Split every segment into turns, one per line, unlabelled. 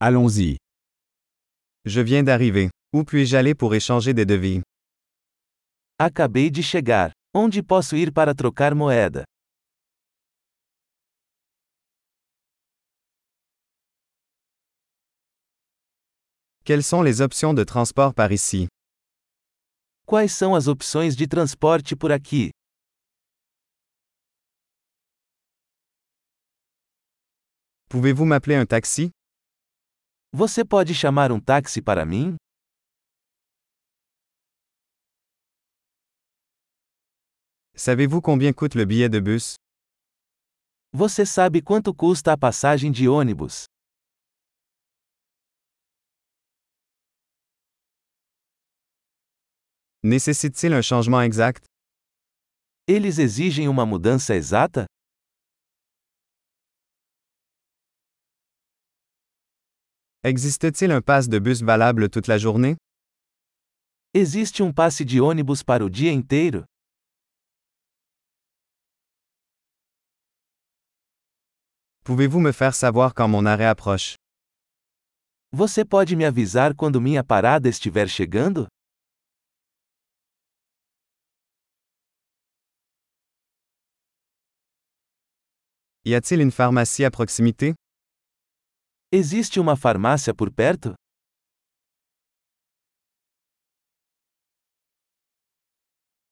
Allons-y.
Je viens d'arriver. Où puis-je aller pour échanger des devis?
Acabei de chegar. Onde posso ir para trocar moeda?
Quelles sont les options de transport par ici?
Quais são as opções de transporte por aqui?
Pouvez-vous m'appeler un taxi?
Você pode chamar um táxi para mim?
Savez-vous combien coûte le billet de bus?
Você sabe quanto custa a passagem de ônibus?
Nécessite-t-il un changement exact?
Eles exigem uma mudança exata?
Existe-t-il un pass de bus valable toute la journée?
Existe um passe de ônibus para o dia inteiro?
Pouvez-vous me faire savoir quand mon arrêt approche?
Você pode me avisar quando minha parada estiver chegando?
Y a-t-il une pharmacie à proximité?
Existe uma farmácia por perto?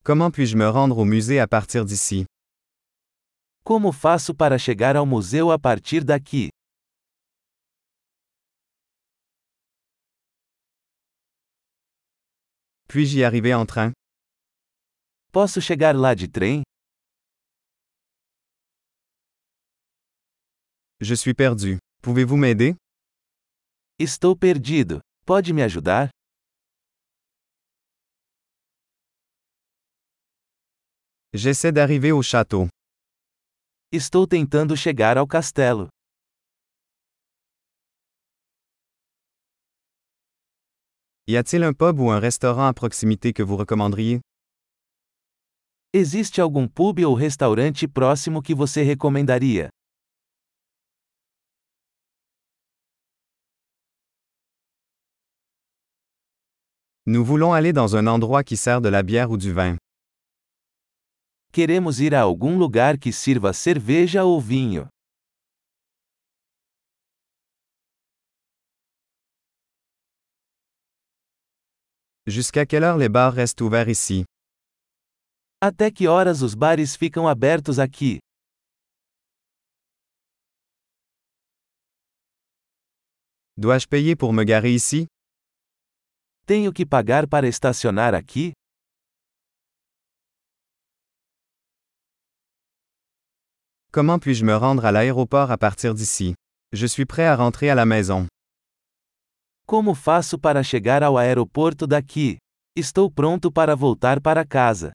Comment puis-je me rendre au musée à partir d'ici?
Como faço para chegar ao museu a partir daqui?
Puis-je y arriver en train?
Posso chegar lá de trem?
Je suis perdu. Pouvez-vous m'aider?
Estou perdido. Pode me ajudar?
J'essaie d'arriver au château.
Estou tentando chegar ao castelo.
Y a-t-il un pub ou un restaurant à proximité que vous recommanderiez?
Existe algum pub ou restaurante próximo que você recomendaria?
Nous voulons aller dans un endroit qui sert de la bière ou du vin.
Queremos ir a algum lugar que sirva cerveja ou vinho.
Jusqu'à quelle heure les bars restent ouverts ici?
Até que horas os bares ficam abertos aqui?
Dois-je payer pour me garer ici?
Tenho que pagar para estacionar aqui?
Comment puis-je me rendre à l'aéroport à partir d'ici? Je suis prêt à rentrer à la maison.
Como faço para chegar ao aeroporto daqui? Estou pronto para voltar para casa.